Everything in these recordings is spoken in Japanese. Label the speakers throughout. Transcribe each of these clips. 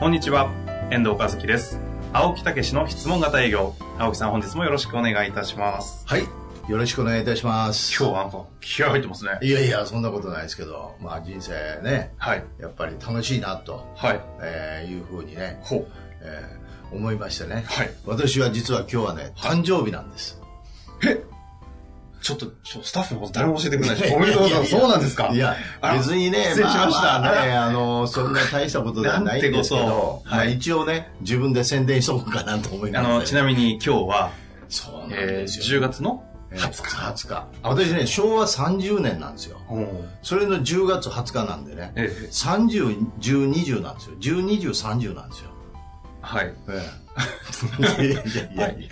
Speaker 1: こんにちは、遠藤和樹です。青木武の質問型営業。青木さん、本日もよろしくお願いいたします。
Speaker 2: はい。よろしくお願いいたします。
Speaker 1: 今日はなんか気合入ってますね。
Speaker 2: いやいや、そんなことないですけど、まあ人生ね、
Speaker 1: はい。
Speaker 2: やっぱり楽しいなと、
Speaker 1: はい。
Speaker 2: えーいうふうにね、
Speaker 1: ほう。
Speaker 2: えー思いましてね。
Speaker 1: はい。
Speaker 2: 私は実は今日はね、誕生日なんです。
Speaker 1: ちょっと、ちょスタッフのこと誰も教えて くれない し。おめでとうございます。そうなんですか
Speaker 2: いや
Speaker 1: あ、ら
Speaker 2: 別にね、
Speaker 1: 失礼しました
Speaker 2: ああ
Speaker 1: あ
Speaker 2: ね、あの、そんな大したことではないんですけ
Speaker 1: なんてこと
Speaker 2: ど、まあ一応ね、自分で宣伝しとこうかなと思い
Speaker 1: あ
Speaker 2: ます。
Speaker 1: の、ちなみに今日は、
Speaker 2: そうなん
Speaker 1: えー、
Speaker 2: です
Speaker 1: 10
Speaker 2: よ。
Speaker 1: 月の
Speaker 2: えー20日。20日。私ね、昭和30年なんですよ。それの10月20日なんでね。
Speaker 1: ええ
Speaker 2: 30、10、20なんですよ。10、20、30なんですよ。
Speaker 1: はい。
Speaker 2: え えいやいやいや。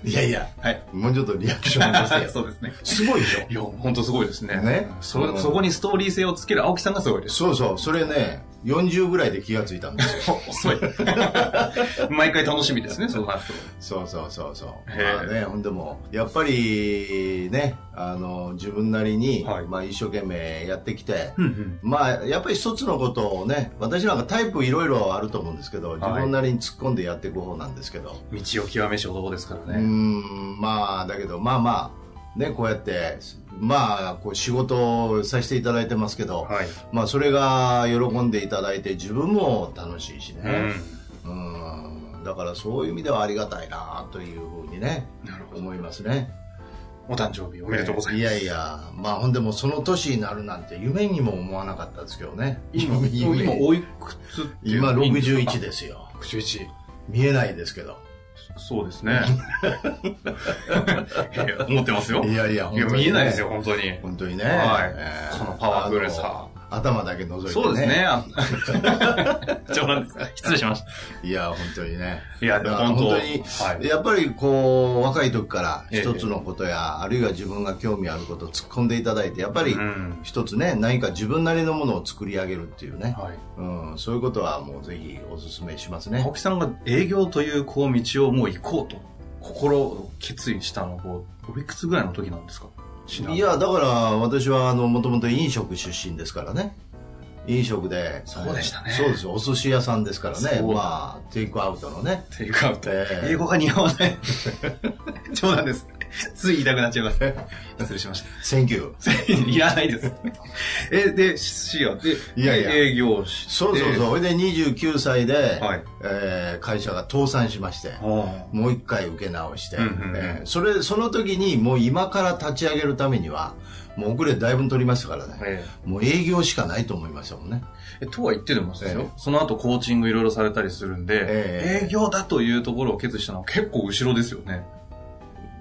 Speaker 2: いやいや、
Speaker 1: はい。
Speaker 2: もうちょっとリアクションを出せ
Speaker 1: そ
Speaker 2: よ。
Speaker 1: うですね。
Speaker 2: すごいでしょ
Speaker 1: いや、本当すごいですね。
Speaker 2: ね
Speaker 1: そ、
Speaker 2: うん
Speaker 1: そこにストーリー性をつける青木さんがすごい です。
Speaker 2: そうそう、それね、40ぐらいで気がついたんですよ。
Speaker 1: お遅い。毎回楽しみですね、そうなると。
Speaker 2: そうそうそうそう。
Speaker 1: へえ
Speaker 2: まあね、ほんでも、やっぱり、ね、あの、自分なりに、
Speaker 1: はい
Speaker 2: まあ一生懸命やってきて、
Speaker 1: うんうん。
Speaker 2: まあ、やっぱり一つのことをね、私なんかタイプいろいろあると思うんですけど、自分なりに突っ込んでやっていく方なんですけど、
Speaker 1: 道を極めし男ですから
Speaker 2: うー
Speaker 1: ね。
Speaker 2: んまあだけどまあまあねこうやってまあこう仕事をさせていただいてますけど、
Speaker 1: はい。
Speaker 2: まあそれが喜んでいただいて自分も楽しいし
Speaker 1: う
Speaker 2: ね
Speaker 1: ん。
Speaker 2: うんだからそういう意味ではありがたいなというふうにね
Speaker 1: なるほど。
Speaker 2: 思いますね
Speaker 1: お誕生日おめでとうございます。
Speaker 2: やいやまあほんでもその年になるなんて夢にも思わなかったですけどね
Speaker 1: 今、
Speaker 2: 夢夢
Speaker 1: 今おいくつっていう
Speaker 2: 今61
Speaker 1: で。
Speaker 2: ですよ
Speaker 1: 61。
Speaker 2: 見えないですけど
Speaker 1: そうです ね。いや思ってますよ。
Speaker 2: いやいや
Speaker 1: いや、
Speaker 2: にね
Speaker 1: 見えないですよ、本当に。
Speaker 2: 本当にね、
Speaker 1: はい
Speaker 2: えー
Speaker 1: このパワフルさ
Speaker 2: あの頭だけ覗いてね
Speaker 1: そうですね。あ 冗談ですか失礼しまし
Speaker 2: いや、本当にね。
Speaker 1: た。いや、
Speaker 2: だ
Speaker 1: で
Speaker 2: か
Speaker 1: も
Speaker 2: ら
Speaker 1: 本当
Speaker 2: 本当に
Speaker 1: はい。
Speaker 2: やっぱりこう、若い時から
Speaker 1: ええ
Speaker 2: 一つのことや、あるいは自分が興味あることを突っ込んでいただいて、やっぱり
Speaker 1: うん
Speaker 2: 一つね、何か自分なりのものを作り上げるっていうね、
Speaker 1: はい。
Speaker 2: うん、そういうことはもうぜひお勧めしますね
Speaker 1: 青。木さんが営業というこう道をもう行こうと、心を決意したのは、こうおいくつぐらいの時なんですかちなみに
Speaker 2: いや、だから私はあの、もともと飲食出身ですからね。飲食で。
Speaker 1: そうでしたね
Speaker 2: えーそうですよお寿司屋さんですからね。
Speaker 1: そう
Speaker 2: まあ、テイクアウトのね。
Speaker 1: テイクアウト。
Speaker 2: ええ
Speaker 1: 英語が似合わない。冗談です。つい言いたくなっちゃいます。失礼しまし
Speaker 2: センキュー。
Speaker 1: た。 いらないです。え、で、しよう。で、
Speaker 2: いやいや
Speaker 1: 営業して。
Speaker 2: そうそうそう。それで29歳で、
Speaker 1: はい
Speaker 2: えー会社が倒産しまして、
Speaker 1: う
Speaker 2: もう一回受け直して、
Speaker 1: うんうんうん
Speaker 2: えーそれ、その時にもう今から立ち上げるためには、もう遅れだいぶ取りましたからね。
Speaker 1: え
Speaker 2: もう営業しかないと思いましたもんね。
Speaker 1: えとは言ってでもですよ、
Speaker 2: ええ
Speaker 1: その後コーチングいろいろされたりするんで、
Speaker 2: ええ
Speaker 1: 営業だというところを決意したのは結構後ろですよね。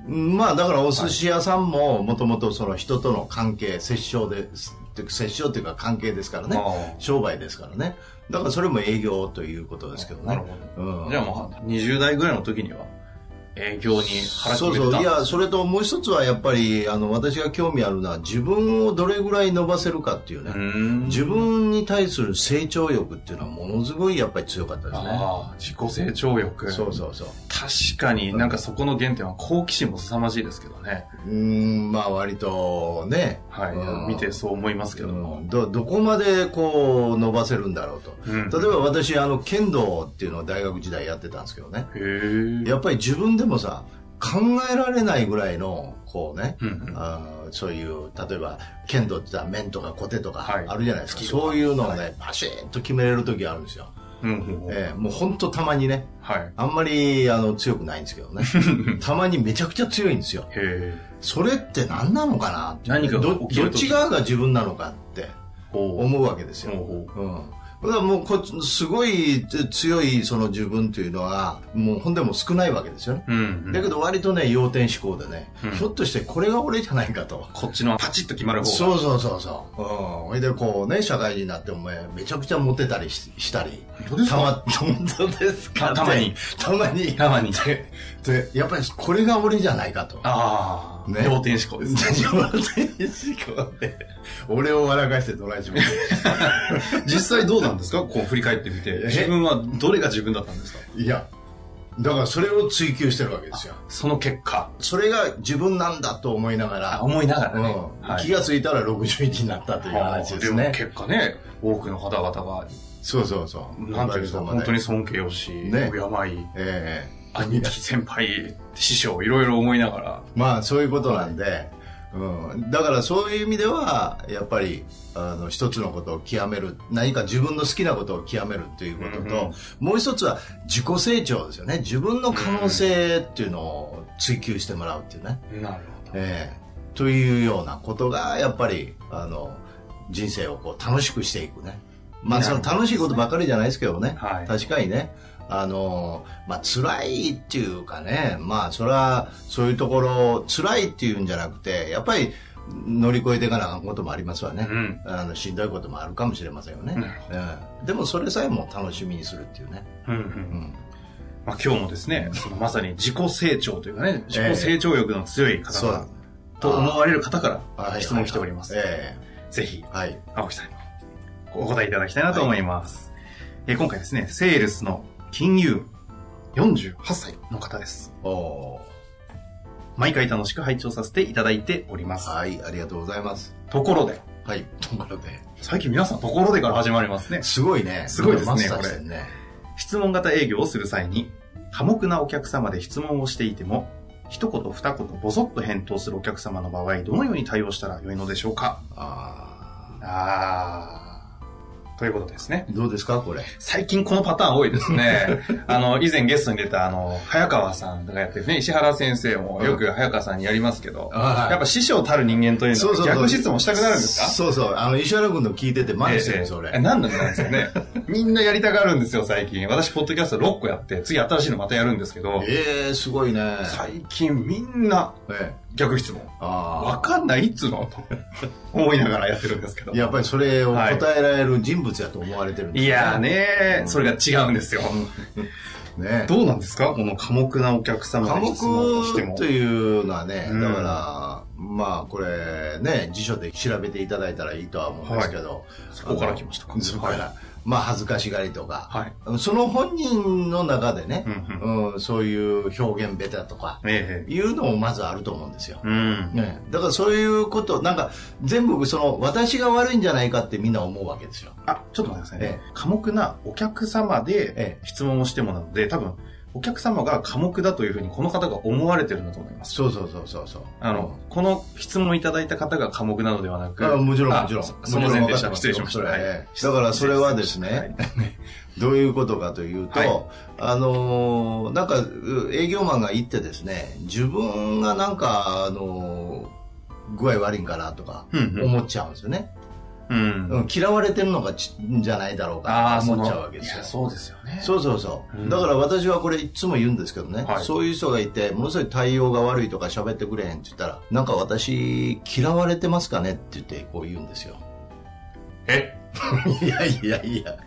Speaker 2: うんまあだからお寿司屋さんももともとその人との関係、接触です、てか接触というか関係ですからね。
Speaker 1: あ
Speaker 2: 商売ですからね。だからそれも営業ということですけど
Speaker 1: あなる。
Speaker 2: ね
Speaker 1: ほど。
Speaker 2: うん
Speaker 1: じゃあもう20代ぐらいの時には営業に腹決
Speaker 2: そう
Speaker 1: めてた
Speaker 2: そういやそれともう一つはやっぱりあの私が興味あるのは自分をどれぐらい伸ばせるかっていうね、
Speaker 1: うーん
Speaker 2: 自分に対する成長欲っていうのはものすごいやっぱり強かったですね
Speaker 1: ああ、自己成長欲。
Speaker 2: そうそうそう
Speaker 1: 確かになんかそこの原点は好奇心も凄まじいですけどね。
Speaker 2: うーんまあ割とね、
Speaker 1: はい。
Speaker 2: うん
Speaker 1: 見てそう思いますけど
Speaker 2: う
Speaker 1: も。
Speaker 2: んどどこまでこう伸ばせるんだろうと
Speaker 1: うん
Speaker 2: 例えば私あの剣道っていうのを大学時代やってたんですけどね
Speaker 1: へえ。
Speaker 2: やっぱり自分でもさ考えられないぐらいのこうね、
Speaker 1: うんうん
Speaker 2: あーそういう例えば剣道って言ったら面とかコテと
Speaker 1: は
Speaker 2: か
Speaker 1: い
Speaker 2: あるじゃないですか、
Speaker 1: 突きとか
Speaker 2: そういうのをね、バシッと決めれる時があるんですよ、
Speaker 1: うんうんうん
Speaker 2: ええもうほんとたまにね
Speaker 1: はい。
Speaker 2: あんまりあの強くないんですけど ねたまにめちゃくちゃ強いんですよ
Speaker 1: へえ。
Speaker 2: それって何なのかなって
Speaker 1: 何かが
Speaker 2: ど
Speaker 1: 起き
Speaker 2: ど
Speaker 1: る
Speaker 2: っ
Speaker 1: 時
Speaker 2: ち側が自分なのかって
Speaker 1: ほう。
Speaker 2: 思うわけですよ、
Speaker 1: ほうほ
Speaker 2: うん、だからもうこっちすごい強いその自分というのはもうほんでも少ないわけですよね、
Speaker 1: うん、うん
Speaker 2: だけど割とね要点思考でね、
Speaker 1: うん
Speaker 2: ひょっとしてこれが俺じゃないかと。
Speaker 1: こっちのパチッと決まる方が。
Speaker 2: そうそうそうそう。うん。ほいで、こうね、社会人になって、お前、めちゃくちゃモテたりししたり。
Speaker 1: 本当です
Speaker 2: た
Speaker 1: か
Speaker 2: ま、本当ですか
Speaker 1: たたまに。
Speaker 2: たまに。
Speaker 1: たまに
Speaker 2: で、でやっぱりこれが俺じゃないかと。
Speaker 1: ああ、
Speaker 2: ね
Speaker 1: 要点思考ですね。
Speaker 2: 思考で、俺を笑かしてドライ ジも。
Speaker 1: 実際どうなんですかこう振り返ってみて。自分はどれが自分だったんですか
Speaker 2: いや、だからそれを追求してるわけですよ。
Speaker 1: その結果。
Speaker 2: それが自分なんだと思いながら、
Speaker 1: 思いながらね。
Speaker 2: うん気がついたら61になったという話です
Speaker 1: も
Speaker 2: ね。
Speaker 1: 結果ね、多くの方々が、
Speaker 2: そうそうそう。
Speaker 1: なんていうんですか、
Speaker 2: おか
Speaker 1: 本
Speaker 2: げさ
Speaker 1: 当
Speaker 2: ま
Speaker 1: に尊
Speaker 2: で。
Speaker 1: 敬をし、
Speaker 2: ね
Speaker 1: 敬い、
Speaker 2: ええ
Speaker 1: 兄貴、先輩、師匠、いろいろ思いながら。
Speaker 2: まあそういうことなんで、うん、だからそういう意味ではやっぱりあの一つのことを極める何か自分の好きなことを極めるということと、
Speaker 1: うん
Speaker 2: もう一つは自己成長ですよね自分の可能性っていうのを追求してもらうっていうね、
Speaker 1: なるほど。
Speaker 2: ええというようなことがやっぱりあの人生をこう楽しくしていくねまあその楽しいことばかりじゃないですけどね、
Speaker 1: はい
Speaker 2: 確かにねあのまあ辛いっていうかねまあそれはそういうところ辛いっていうんじゃなくてやっぱり乗り越えていかなあかんこともありますわね、
Speaker 1: うん
Speaker 2: あのしんどいこともあるかもしれませんよね、
Speaker 1: なる
Speaker 2: うんでもそれさえも楽しみにするっていうね、
Speaker 1: うんう
Speaker 2: うんん、
Speaker 1: まあ、今日もですね、そのまさに自己成長というかね、自己成長欲の強い方
Speaker 2: そう
Speaker 1: 々と思われる方か
Speaker 2: はいはいは
Speaker 1: ら
Speaker 2: い
Speaker 1: 質問来ております。
Speaker 2: え
Speaker 1: ぜひ
Speaker 2: えはい
Speaker 1: 青木さんにお答えいただきたいなと思います。えー今回ですね、セールスの金融48歳の方です。
Speaker 2: おー
Speaker 1: 毎回楽しく拝聴させていただいております。
Speaker 2: はいありがとうございます
Speaker 1: ところで、
Speaker 2: はいところで
Speaker 1: 最近皆さんところでから始まりますね。
Speaker 2: すごいね。
Speaker 1: すごいですね
Speaker 2: マスターしてんね。
Speaker 1: 質問型営業をする際に、寡黙なお客様で質問をしていても、一言二言ボソッと返答するお客様の場合、どのように対応したらよいのでしょうか
Speaker 2: あ
Speaker 1: あー。ということですね。
Speaker 2: ーどうですかこれ。
Speaker 1: 最近このパターン多いです ね。あの、以前ゲストに出た、あの、早川さんがやってるね、石原先生もよく早川さんにやりますけど、
Speaker 2: あー
Speaker 1: やっぱ師匠たる人間というのは逆質問したくなるんですか
Speaker 2: そうそう。あの、石原君の聞いてて真似してるんです、
Speaker 1: ええ
Speaker 2: 俺。
Speaker 1: 何なんなんですか ね。みんなやりたがるんですよ、最近。私、ポッドキャスト6個やって、次新しいのまたやるんですけど、
Speaker 2: ええ、すごいね。
Speaker 1: 最近みんな
Speaker 2: ええ
Speaker 1: 逆質問。わ
Speaker 2: あ
Speaker 1: かんないっつうの と思いながらやってるんですけど
Speaker 2: あ。。やっぱりそれを答えられる人物やと思われてるんです
Speaker 1: いやー。ねー、それが違うんですよ。
Speaker 2: ね。
Speaker 1: どうなんですかこの寡黙なお客様
Speaker 2: 科
Speaker 1: に質問をして
Speaker 2: 目
Speaker 1: も
Speaker 2: と。いうのはね、
Speaker 1: うん
Speaker 2: だから、まあこれね、辞書で調べていただいたらいいとは思うんですけど。
Speaker 1: そこから来ましたか。
Speaker 2: そこか
Speaker 1: は
Speaker 2: ら。まあ恥ずかしがりとか。
Speaker 1: い。はい。
Speaker 2: その本人の中でね
Speaker 1: う、んうん。
Speaker 2: うん、そういう表現ベタとか、
Speaker 1: ええ。
Speaker 2: いうのもまずあると思うんですよ。
Speaker 1: うん。
Speaker 2: ね、だからそういうこと、なんか全部その私が悪いんじゃないかってみんな思うわけですよ。
Speaker 1: あ、ちょっと待ってくださいね
Speaker 2: え。
Speaker 1: 寡黙なお客様で
Speaker 2: え
Speaker 1: 質問をしてもなので、多分、お客様が寡黙だというふうにこの方が思われてるんだと思います。
Speaker 2: そうそうそうそうそう。
Speaker 1: あの、この質問をいただいた方が寡黙なのではなく、
Speaker 2: あもちろん
Speaker 1: あ
Speaker 2: もちろん
Speaker 1: そその前でした。
Speaker 2: も
Speaker 1: 失礼
Speaker 2: ちろん
Speaker 1: しました。
Speaker 2: それは
Speaker 1: はい
Speaker 2: ええだからそれはですね
Speaker 1: はい
Speaker 2: どういうことかというと、
Speaker 1: はい
Speaker 2: あのーなんかう営業マンが行ってですね、自分がなんか、あのー具合悪いんかなとか
Speaker 1: うんうん
Speaker 2: 思っちゃうんですよね。
Speaker 1: うん。
Speaker 2: うん嫌われてるのがちんじゃないだろう
Speaker 1: あ
Speaker 2: か
Speaker 1: あ、
Speaker 2: と
Speaker 1: そ
Speaker 2: 思
Speaker 1: の
Speaker 2: っちゃうわけです
Speaker 1: いや
Speaker 2: よ。
Speaker 1: そうですよね。
Speaker 2: そうそうそう、
Speaker 1: うん
Speaker 2: だから私はこれいつも言うんですけどね、
Speaker 1: はい
Speaker 2: そういう人がいてものすごい対応が悪いとか喋ってくれへんって言ったらなんか私嫌われてますかねって言ってこう言う んですよ
Speaker 1: え
Speaker 2: いやいやいや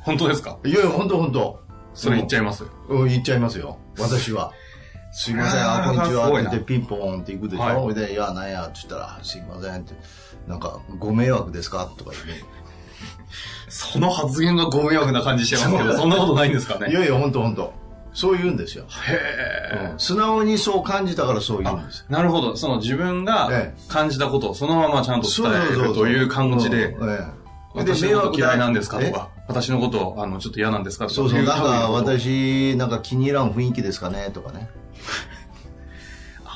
Speaker 1: 本当ですか
Speaker 2: いやいや本当本当
Speaker 1: それ言っちゃいます。
Speaker 2: うん言っちゃいますよ私はすいません、
Speaker 1: あー
Speaker 2: あ、こんにちは
Speaker 1: す
Speaker 2: っ
Speaker 1: ごい
Speaker 2: て
Speaker 1: な
Speaker 2: 言ってピンポーンって行くでしょ、
Speaker 1: はい
Speaker 2: ほいで、いや、なんやって言ったら、すいませんって、なんか、ご迷惑ですかとか言うね。
Speaker 1: その発言がご迷惑な感じしてますけど、そんなことないんですか
Speaker 2: い
Speaker 1: ね。
Speaker 2: やいや、本当本当そう言うんですよ、うん素直にそう感じたからそう言うんです。
Speaker 1: なるほど。その自分が
Speaker 2: え
Speaker 1: 感じたことをそのままちゃんと
Speaker 2: そうそう
Speaker 1: 伝え
Speaker 2: そう
Speaker 1: るという感じで、
Speaker 2: うんええ
Speaker 1: 私のこと嫌いなんですかと
Speaker 2: え
Speaker 1: か、私のことをあのちょっと嫌なんですかとか。
Speaker 2: そうそう、
Speaker 1: い
Speaker 2: なんか
Speaker 1: 類のことを
Speaker 2: 私、なんか気に入らん雰囲気ですかねとかね。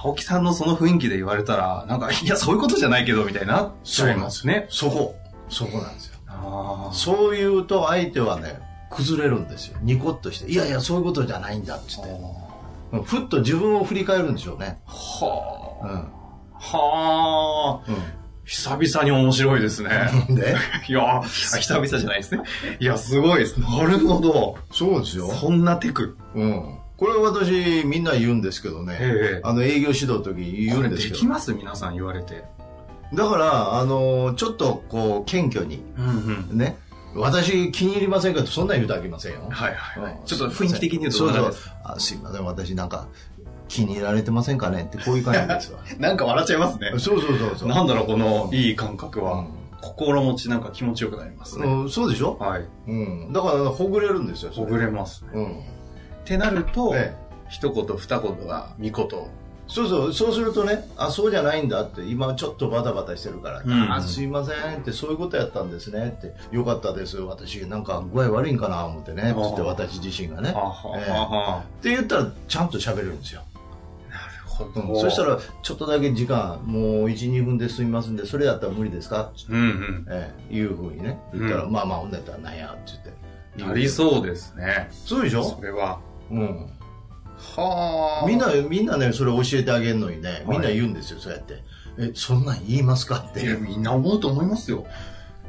Speaker 1: 青木さんのその雰囲気で言われたら、なんか、いや、そういうことじゃないけど、みたいな。
Speaker 2: そうなん
Speaker 1: ま
Speaker 2: です
Speaker 1: ね。
Speaker 2: そこ、そこなんですよ。
Speaker 1: あー
Speaker 2: そう言うと相手はね、崩れるんですよ。ニコッとして、いやいや、そういうことじゃないんだって言って、ふっと自分を振り返るんでしょうね。
Speaker 1: は
Speaker 2: うん。
Speaker 1: あ。はあ。
Speaker 2: うん
Speaker 1: 久々に面白い ですね。
Speaker 2: で
Speaker 1: いやー、久々じゃないですね。いや、すごいです。なるほど。
Speaker 2: そうですよ。
Speaker 1: そんなテク。
Speaker 2: うん。これ私、みんな言うんですけどね。
Speaker 1: ええ
Speaker 2: あの、営業指導の時に言
Speaker 1: こ
Speaker 2: う
Speaker 1: れ
Speaker 2: んで
Speaker 1: です
Speaker 2: け
Speaker 1: き
Speaker 2: ど。
Speaker 1: ます皆さん言われて。
Speaker 2: だから、あの、ちょっと、こう、謙虚に、
Speaker 1: うんうん。
Speaker 2: ね。私、気に入りませんかと、そんなん言うとあきませんよ。
Speaker 1: はいはいはい
Speaker 2: うん。
Speaker 1: ちょっと雰囲気的に言うと
Speaker 2: そう
Speaker 1: な
Speaker 2: そ
Speaker 1: んで
Speaker 2: う
Speaker 1: す
Speaker 2: あすいません私なんか気に入られてませんかねってこういう感じです わ
Speaker 1: なんか笑っちゃいますね。
Speaker 2: そうそうそうそう
Speaker 1: なんだろう、このいい感覚は。
Speaker 2: う
Speaker 1: 心持ちなんか気持ちよくなりますね。
Speaker 2: んうんそうでしょ、
Speaker 1: はい。
Speaker 2: うん、だからほぐれるんですよそ
Speaker 1: ほぐれますね。
Speaker 2: うん
Speaker 1: ってなると、
Speaker 2: ええ
Speaker 1: 一言二言が見事。
Speaker 2: そうそうそうするとねあそうじゃないんだって今ちょっとバタバタしてるから、
Speaker 1: うん
Speaker 2: あすいませんってそういうことやったんですねってよかったです私なんか具合悪いんかな思ってねつって
Speaker 1: あー
Speaker 2: 私自身がね
Speaker 1: はあは
Speaker 2: え
Speaker 1: あはあ
Speaker 2: って言ったらちゃんと喋れるんですよ
Speaker 1: なるほど。
Speaker 2: そした、らちょっとだけ時間もう12分で済みますんでそれだったら無理ですか
Speaker 1: うんうん。
Speaker 2: ええ、いうふうにね言ったら、
Speaker 1: うん
Speaker 2: まあまあほんだったらなんやって言っ
Speaker 1: な
Speaker 2: て
Speaker 1: りそうですね。
Speaker 2: そうでし
Speaker 1: そ
Speaker 2: ょ、
Speaker 1: れは。
Speaker 2: うん、
Speaker 1: はあ。
Speaker 2: みんなみんなねそれ教えてあげるのにね
Speaker 1: い
Speaker 2: みんな言うんですよ、そうやってえそんなん言いますかっ
Speaker 1: いや、
Speaker 2: て
Speaker 1: みんな思うと思いますよ。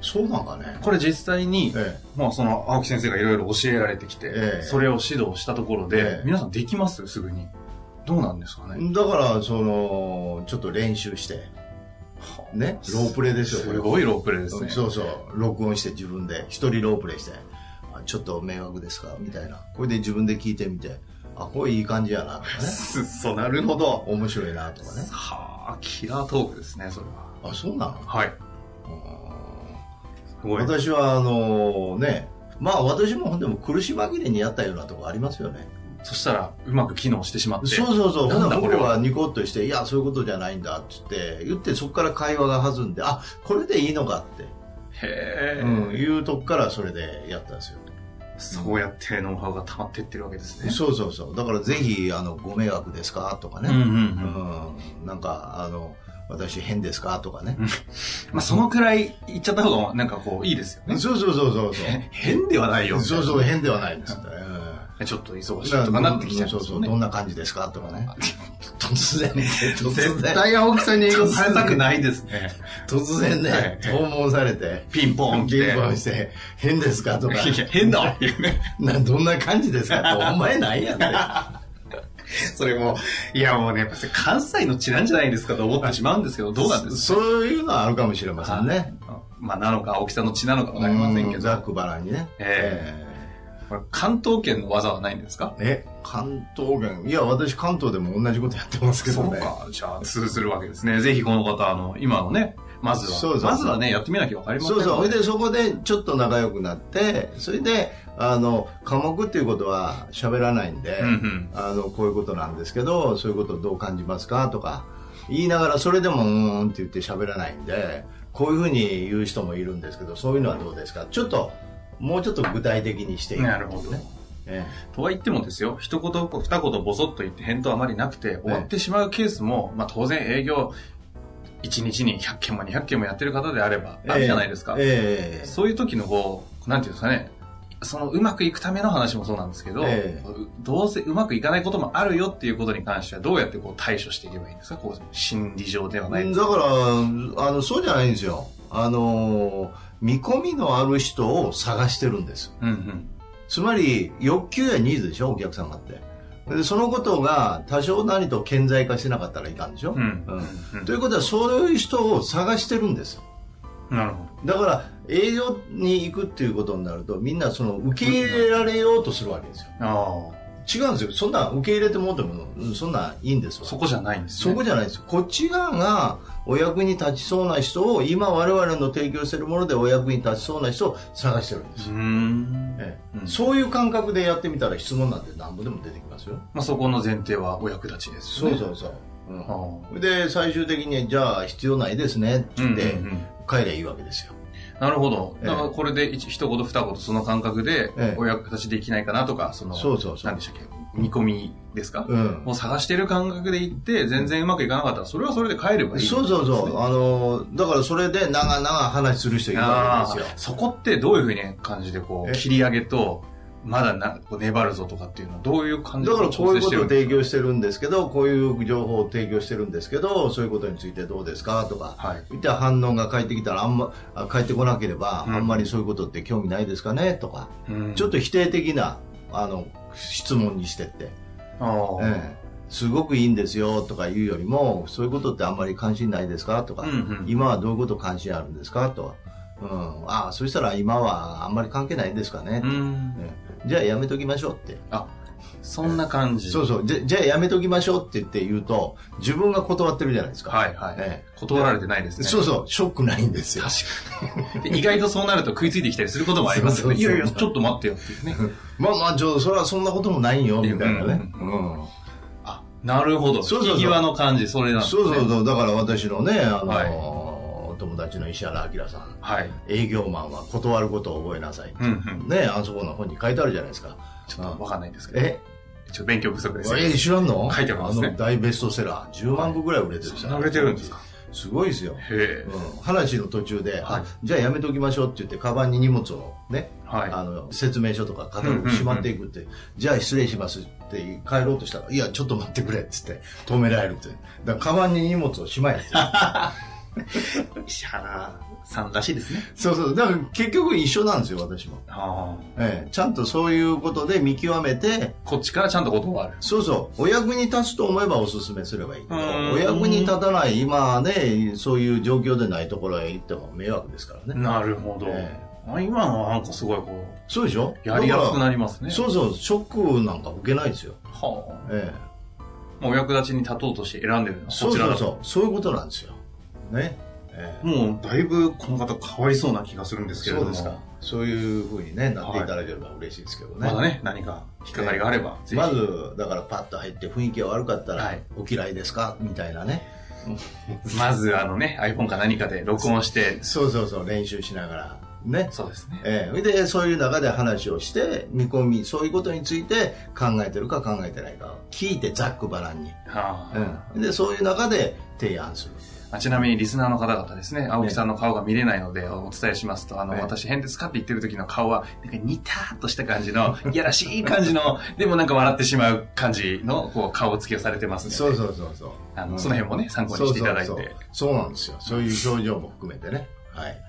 Speaker 2: そうなんかね
Speaker 1: これ実際に、
Speaker 2: え
Speaker 1: まあその青木先生がいろいろ教えられてきて、
Speaker 2: ええ
Speaker 1: それを指導したところで、
Speaker 2: ええ
Speaker 1: 皆さんできますすぐに。どうなんですかね。
Speaker 2: え、だからそのちょっと練習してねロープレーですよ
Speaker 1: すごいロープレーですね。
Speaker 2: そうそう録音して自分で一人ロープレイしてあちょっと迷惑ですかみたいなこれで自分で聞いてみてあこれいい感じやなとかね
Speaker 1: す そう、なるほど。
Speaker 2: 面白いなとかね
Speaker 1: はあ、キラートークですね、それは。
Speaker 2: あそうなの
Speaker 1: はい。
Speaker 2: うん
Speaker 1: すごい。
Speaker 2: 私はあのねまあ私もでも苦し紛れにやったようなとこありますよね
Speaker 1: そしたら、うまく機能してしまって。
Speaker 2: そうそうそうほ
Speaker 1: なんん
Speaker 2: な
Speaker 1: だ
Speaker 2: ら
Speaker 1: こ
Speaker 2: 僕
Speaker 1: れ
Speaker 2: ら
Speaker 1: は
Speaker 2: はニコッとして「いやそういうことじゃないんだ」っつって言ってそこから会話が弾んで「あこれでいいのか」って、
Speaker 1: へえ、
Speaker 2: うん、いうとこからそれでやったんですよ、
Speaker 1: そうやってノウハウが溜まってってるわけですね。
Speaker 2: そうそうそうだからぜひあの「ご迷惑ですか?」とか
Speaker 1: うんうん
Speaker 2: ね、
Speaker 1: う。
Speaker 2: うんんなんかあの「私変ですか?」とかね、
Speaker 1: まあ、そのくらい言っちゃった方が、なんかこう、いいですよね。
Speaker 2: そうそうそうそうそう
Speaker 1: へ変ではないよ。
Speaker 2: そうそう変ではないですって、
Speaker 1: ちょっと忙
Speaker 2: うん
Speaker 1: しいとかなってきちゃい
Speaker 2: そ
Speaker 1: ま
Speaker 2: う
Speaker 1: す
Speaker 2: そ
Speaker 1: よ
Speaker 2: う
Speaker 1: ね。
Speaker 2: どんな感じですかとかね
Speaker 1: あ
Speaker 2: 突然 ね、突
Speaker 1: 絶
Speaker 2: 然、
Speaker 1: 対青木さんに営業されたくないですね。
Speaker 2: 突然
Speaker 1: は
Speaker 2: ね
Speaker 1: い、
Speaker 2: 訪問されて、
Speaker 1: ピンポン来て。
Speaker 2: ゲームをして、変ですかとか、
Speaker 1: いや、変だっていうね。
Speaker 2: などんな感じですかって、お前なんやね
Speaker 1: それも、いやもうね、やっぱそれ関西の血なんじゃないですかと思ってしまうんですけ ど、どうなんです
Speaker 2: そそういうのはあるかもしれませんね。
Speaker 1: かまあ、なのか青木さんの血なのかわかりませんけ
Speaker 2: うんざっ
Speaker 1: ど、
Speaker 2: くばらんにね。
Speaker 1: えこれ関東圏の技はないんですか
Speaker 2: ええ関東圏、いや、私関東でも同じことやってますけど
Speaker 1: そう
Speaker 2: ね。
Speaker 1: か。じゃあ、通ずるわけですね。ぜひこの方、あの、今のね、まず
Speaker 2: そう
Speaker 1: は、
Speaker 2: そう
Speaker 1: まずはね、やってみなきゃわかりません
Speaker 2: そ
Speaker 1: の
Speaker 2: う
Speaker 1: で
Speaker 2: そう。それで、そこでちょっと仲良くなって、それで、あの、科目っていうことは喋らないんで、
Speaker 1: うんうん。
Speaker 2: あのこういうことなんですけどそういうことどう感じますかとか言いながらそれでもうーんって言って喋らないんでこういうふうに言う人もいるんですけどそういうのはどうですかちょっともうちょっと具体的にしていく
Speaker 1: なるほど。
Speaker 2: え
Speaker 1: とは言ってもですよ、一言二言ボソッと言って返答あまりなくて、終わってしまうケースも、まあ当然営業、1日に100件も200件もやってる方であれば、
Speaker 2: え
Speaker 1: あるじゃないですか。
Speaker 2: ええ
Speaker 1: そういう時のこう、なんていうんですかね、そのうまくいくための話もそうなんですけど、
Speaker 2: ええ
Speaker 1: うどうせうまくいかないこともあるよっていうことに関しては、どうやってこう対処していけばいいんですかこう、心理上ではないです
Speaker 2: だからあのそうじゃないんですよあの見込みのある人を探してるんです
Speaker 1: うんうん。
Speaker 2: つまり欲求やニーズでしょお客様ってでそのことが多少なりと顕在化してなかったらいかんでしょ、
Speaker 1: うん
Speaker 2: う
Speaker 1: うんん
Speaker 2: ということはそういう人を探してるんです
Speaker 1: うんなるほ
Speaker 2: だから営業に行くっていうことになるとみんなその受け入れられようとするわけです
Speaker 1: ど。ああ。
Speaker 2: よ違うんですよそんな受け入れてもってもうんそんなんいいんですわ
Speaker 1: そこじゃないんです
Speaker 2: そ
Speaker 1: ね。
Speaker 2: こじゃないですよこっち側がお役に立ちそうな人を今我々の提供してるものでお役に立ちそうな人を探してるんです
Speaker 1: うー
Speaker 2: よ、
Speaker 1: ん。
Speaker 2: ええ
Speaker 1: うん
Speaker 2: そういう感覚でやってみたら質問なんて何ぼでも出てきますよ、
Speaker 1: まあそこの前提はお役立ちですよね。
Speaker 2: そうそう、うん
Speaker 1: あ
Speaker 2: で最終的にじゃあ必要ないですねって
Speaker 1: あ。うん
Speaker 2: 言
Speaker 1: う
Speaker 2: っ
Speaker 1: んう
Speaker 2: て
Speaker 1: ん。
Speaker 2: 帰りゃいいわけですよ、
Speaker 1: なるほど。
Speaker 2: ええ
Speaker 1: だからこれで一一言二言その感覚で
Speaker 2: ええ
Speaker 1: お役立ちできないかなとか、その、
Speaker 2: そうそうそう
Speaker 1: 何でしたっけ見込みですか
Speaker 2: うん
Speaker 1: もう探してる感覚で行って、全然うまくいかなかったら、それはそれで帰ればいい。
Speaker 2: そうそうそう。あの、だからそれで長々話する人いるわ
Speaker 1: あ
Speaker 2: けですよ
Speaker 1: あ、。そこってどういうふうに感じでこ
Speaker 2: え
Speaker 1: う、切り上げと、まだなこう粘るぞとかっていうのはどういう感じ
Speaker 2: だからこういうことを提供
Speaker 1: し
Speaker 2: してるんですけど、こういう情報を提供してるんですけど、そういうことについてどうですかとか、
Speaker 1: はい
Speaker 2: 言った反応が返ってきたらあん、ま、あ返ってこなければ、
Speaker 1: うん
Speaker 2: あんまりそういうことって興味ないですかねとか、
Speaker 1: うん
Speaker 2: ちょっと否定的なあの質問にしてって、
Speaker 1: ああ
Speaker 2: ええすごくいいんですよとか言うよりも、そういうことってあんまり関心ないですかとか、
Speaker 1: うんうん
Speaker 2: 今はどういうこと関心あるんですかとか、うん、ああ、そしたら今はあんまり関係ないですかね、
Speaker 1: うん
Speaker 2: ええじゃあやめときましょうって。
Speaker 1: あそんな感じ
Speaker 2: そうそう。じゃじゃあやめときましょうって言って言うと、自分が断ってるじゃないですか。
Speaker 1: はいはい、
Speaker 2: え
Speaker 1: 断られてないですね
Speaker 2: えそうそう、ショックないんですよ。
Speaker 1: で意外とそうなると食いついてきたりすることもありますよね。
Speaker 2: そうそうそう
Speaker 1: いやいや、ちょっと待ってよっていうね。
Speaker 2: まあまあ、ちょそれはそんなこともないよ、みたいなね。
Speaker 1: う
Speaker 2: うん。
Speaker 1: あ、なるほど。
Speaker 2: そうそうそう
Speaker 1: 引き際の感じ、それなんです
Speaker 2: そ
Speaker 1: ね。
Speaker 2: うそうそう。だから私のね、あの、
Speaker 1: はい
Speaker 2: お友達の石原明さん、
Speaker 1: はい。
Speaker 2: 営業マンは断ることを覚えなさい。
Speaker 1: うんうん。
Speaker 2: ね、あそこの本に書いてあるじゃないですか。
Speaker 1: ちょっとわかんないんですけど。
Speaker 2: え
Speaker 1: ちょっと勉強不足です。
Speaker 2: え、知らんの
Speaker 1: 書いてありますね
Speaker 2: の大ベストセラー、10万部ぐらい売れてるじゃ
Speaker 1: そんな売れてるんですか
Speaker 2: すごいですよ。
Speaker 1: へえ。
Speaker 2: うん、話の途中で、
Speaker 1: はい
Speaker 2: あじゃあやめときましょうって言ってカバンに荷物をね、
Speaker 1: はい
Speaker 2: あの説明書とかカタログしまっていくって、じゃあ失礼しますって帰ろうとしたら「いやちょっと待ってくれ」っつって止められるってだからカバンに荷物をしまえって
Speaker 1: 石原さんらしいですね。
Speaker 2: そうそうだから結局一緒なんですよ私も、
Speaker 1: あ
Speaker 2: ええ、ちゃんとそういうことで見極めて
Speaker 1: あ。こっちからちゃんと断る。
Speaker 2: そうそうお役に立つと思えばおすすめすればいいけど
Speaker 1: うん
Speaker 2: お役に立たない今ねそういう状況でないところへ行っても迷惑ですからね、
Speaker 1: なるほど。
Speaker 2: え
Speaker 1: あ今のはなんかすごいこ
Speaker 2: そうでしょ
Speaker 1: う、やりやすく
Speaker 2: だから
Speaker 1: なりますね。
Speaker 2: そうそう、ショックなんか受けないですよ。
Speaker 1: は
Speaker 2: え
Speaker 1: あ。もうお役立ちに立とうとして選んでるの
Speaker 2: え、
Speaker 1: は
Speaker 2: そ
Speaker 1: こ
Speaker 2: う
Speaker 1: ちら
Speaker 2: そう
Speaker 1: だ
Speaker 2: そう、そういうことなんですよ。ね。ええ
Speaker 1: もうだいぶこの方かわいそうな気がするんですけれ
Speaker 2: そ
Speaker 1: ど
Speaker 2: う
Speaker 1: も。
Speaker 2: ですか。そういうふうにね、なっていただければ嬉しいですけどね。
Speaker 1: まだね、何か引っかかりがあれば、ぜひ。
Speaker 2: まず、だからパッと入って雰囲気が悪かったら、
Speaker 1: はい
Speaker 2: お嫌いですかみたいなね。
Speaker 1: まずあのね、iPhone か何かで録音して、
Speaker 2: そうそうそう、練習しながら。ね。
Speaker 1: そうですね。
Speaker 2: ええそれで、そういう中で話をして、見込み、そういうことについて考えてるか考えてないかを聞いてざっくばらんに。
Speaker 1: はあ
Speaker 2: うん。で、そういう中で提案する。
Speaker 1: あちなみにリスナーの方々ですね、青木さんの顔が見れないのでお伝えしますと、あの、
Speaker 2: ええ
Speaker 1: 私変ですかって言ってる時の顔は、なんかニターっとした感じの、いやらしい感じの、でもなんか笑ってしまう感じの、こう、顔つきをされてます
Speaker 2: そ
Speaker 1: の
Speaker 2: う
Speaker 1: で、
Speaker 2: そうそうそう。
Speaker 1: あ
Speaker 2: う
Speaker 1: の、
Speaker 2: ん
Speaker 1: その辺もね、参考にしていただい
Speaker 2: そうそう
Speaker 1: て、
Speaker 2: そうそうなんですよそういう表情も含めてね、はい、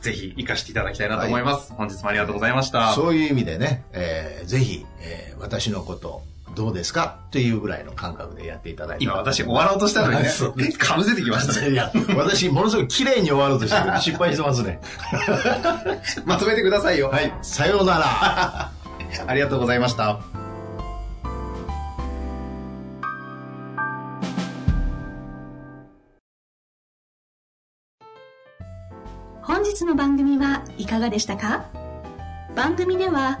Speaker 1: ぜひ活かしていただきたいなと思います。本日もありがとうございました。
Speaker 2: そういう意味でね、えーぜひ、えー私のことどうですかっていうぐらいの感覚でやっていただいて
Speaker 1: 今私終わろうとした のにね、 かぶせてきましたね。
Speaker 2: いや私ものすごい綺麗に終わろうとして る失敗してますね
Speaker 1: まとめてくださいよ。
Speaker 2: はいさようなら
Speaker 1: ありがとうございました。
Speaker 3: 本日の番組はいかがでしたか番組では